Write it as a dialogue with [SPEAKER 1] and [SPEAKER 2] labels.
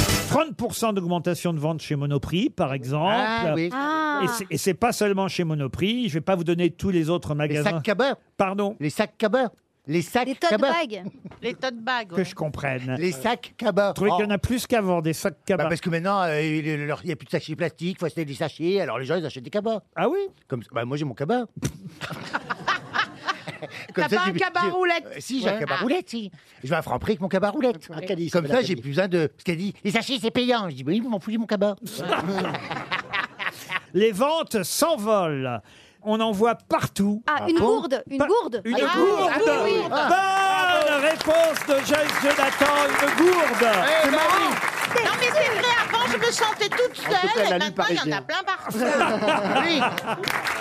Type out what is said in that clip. [SPEAKER 1] 30% d'augmentation de vente chez Monoprix, par exemple.
[SPEAKER 2] Ah oui.
[SPEAKER 3] Ah.
[SPEAKER 1] Et c'est- Et c'est pas seulement chez Monoprix. Je vais pas vous donner tous les autres
[SPEAKER 2] Les
[SPEAKER 1] magasins.
[SPEAKER 2] sacs cabeurs.
[SPEAKER 1] Pardon,
[SPEAKER 2] Les sacs cabeurs. Les sacs
[SPEAKER 3] Les tote
[SPEAKER 2] cabeurs.
[SPEAKER 3] bags.
[SPEAKER 4] Les tote bags.
[SPEAKER 1] que je comprenne.
[SPEAKER 2] Les sacs cabeurs.
[SPEAKER 1] Vous trouvez
[SPEAKER 2] Oh.
[SPEAKER 1] qu'il y en a plus qu'avant, des sacs cabas
[SPEAKER 2] Bah, parce que maintenant, euh, il n'y a plus de sachets plastiques, il faut acheter des sachets, alors les gens, ils achètent des cabas.
[SPEAKER 1] Ah oui
[SPEAKER 2] Comme, bah, moi, j'ai mon cabas.
[SPEAKER 4] T'as pas un
[SPEAKER 2] j'ai-
[SPEAKER 4] cabas
[SPEAKER 2] j'ai-
[SPEAKER 4] roulette
[SPEAKER 2] Euh, Si, j'ai un
[SPEAKER 4] Ouais.
[SPEAKER 2] cabas
[SPEAKER 4] Ah.
[SPEAKER 2] roulette, si. Je vais à Franprix avec mon cabas roulette.
[SPEAKER 5] Un calice,
[SPEAKER 2] Comme
[SPEAKER 5] voilà,
[SPEAKER 2] ça,
[SPEAKER 5] t'as
[SPEAKER 2] j'ai
[SPEAKER 5] dit.
[SPEAKER 2] plus besoin de... Parce qu'elle dit, les sachets, c'est payant. Je dis, oui, mais m'en fout, j'ai mon cabas.
[SPEAKER 1] Les ventes s'envolent. On en voit partout.
[SPEAKER 3] Ah, une
[SPEAKER 2] bon
[SPEAKER 3] gourde, une
[SPEAKER 1] Pas-
[SPEAKER 3] gourde.
[SPEAKER 1] Une
[SPEAKER 3] Ah,
[SPEAKER 1] gourde
[SPEAKER 3] ah oui, oui.
[SPEAKER 1] Bonne réponse de Joyce Jonathan, une gourde
[SPEAKER 2] C'est marrant.
[SPEAKER 4] Non mais c'est vrai, avant je me sentais toute
[SPEAKER 5] En tout cas,
[SPEAKER 4] seule,
[SPEAKER 5] la
[SPEAKER 4] et
[SPEAKER 5] nuit
[SPEAKER 4] maintenant il y en a
[SPEAKER 5] parisienne.
[SPEAKER 4] plein partout.
[SPEAKER 2] Oui.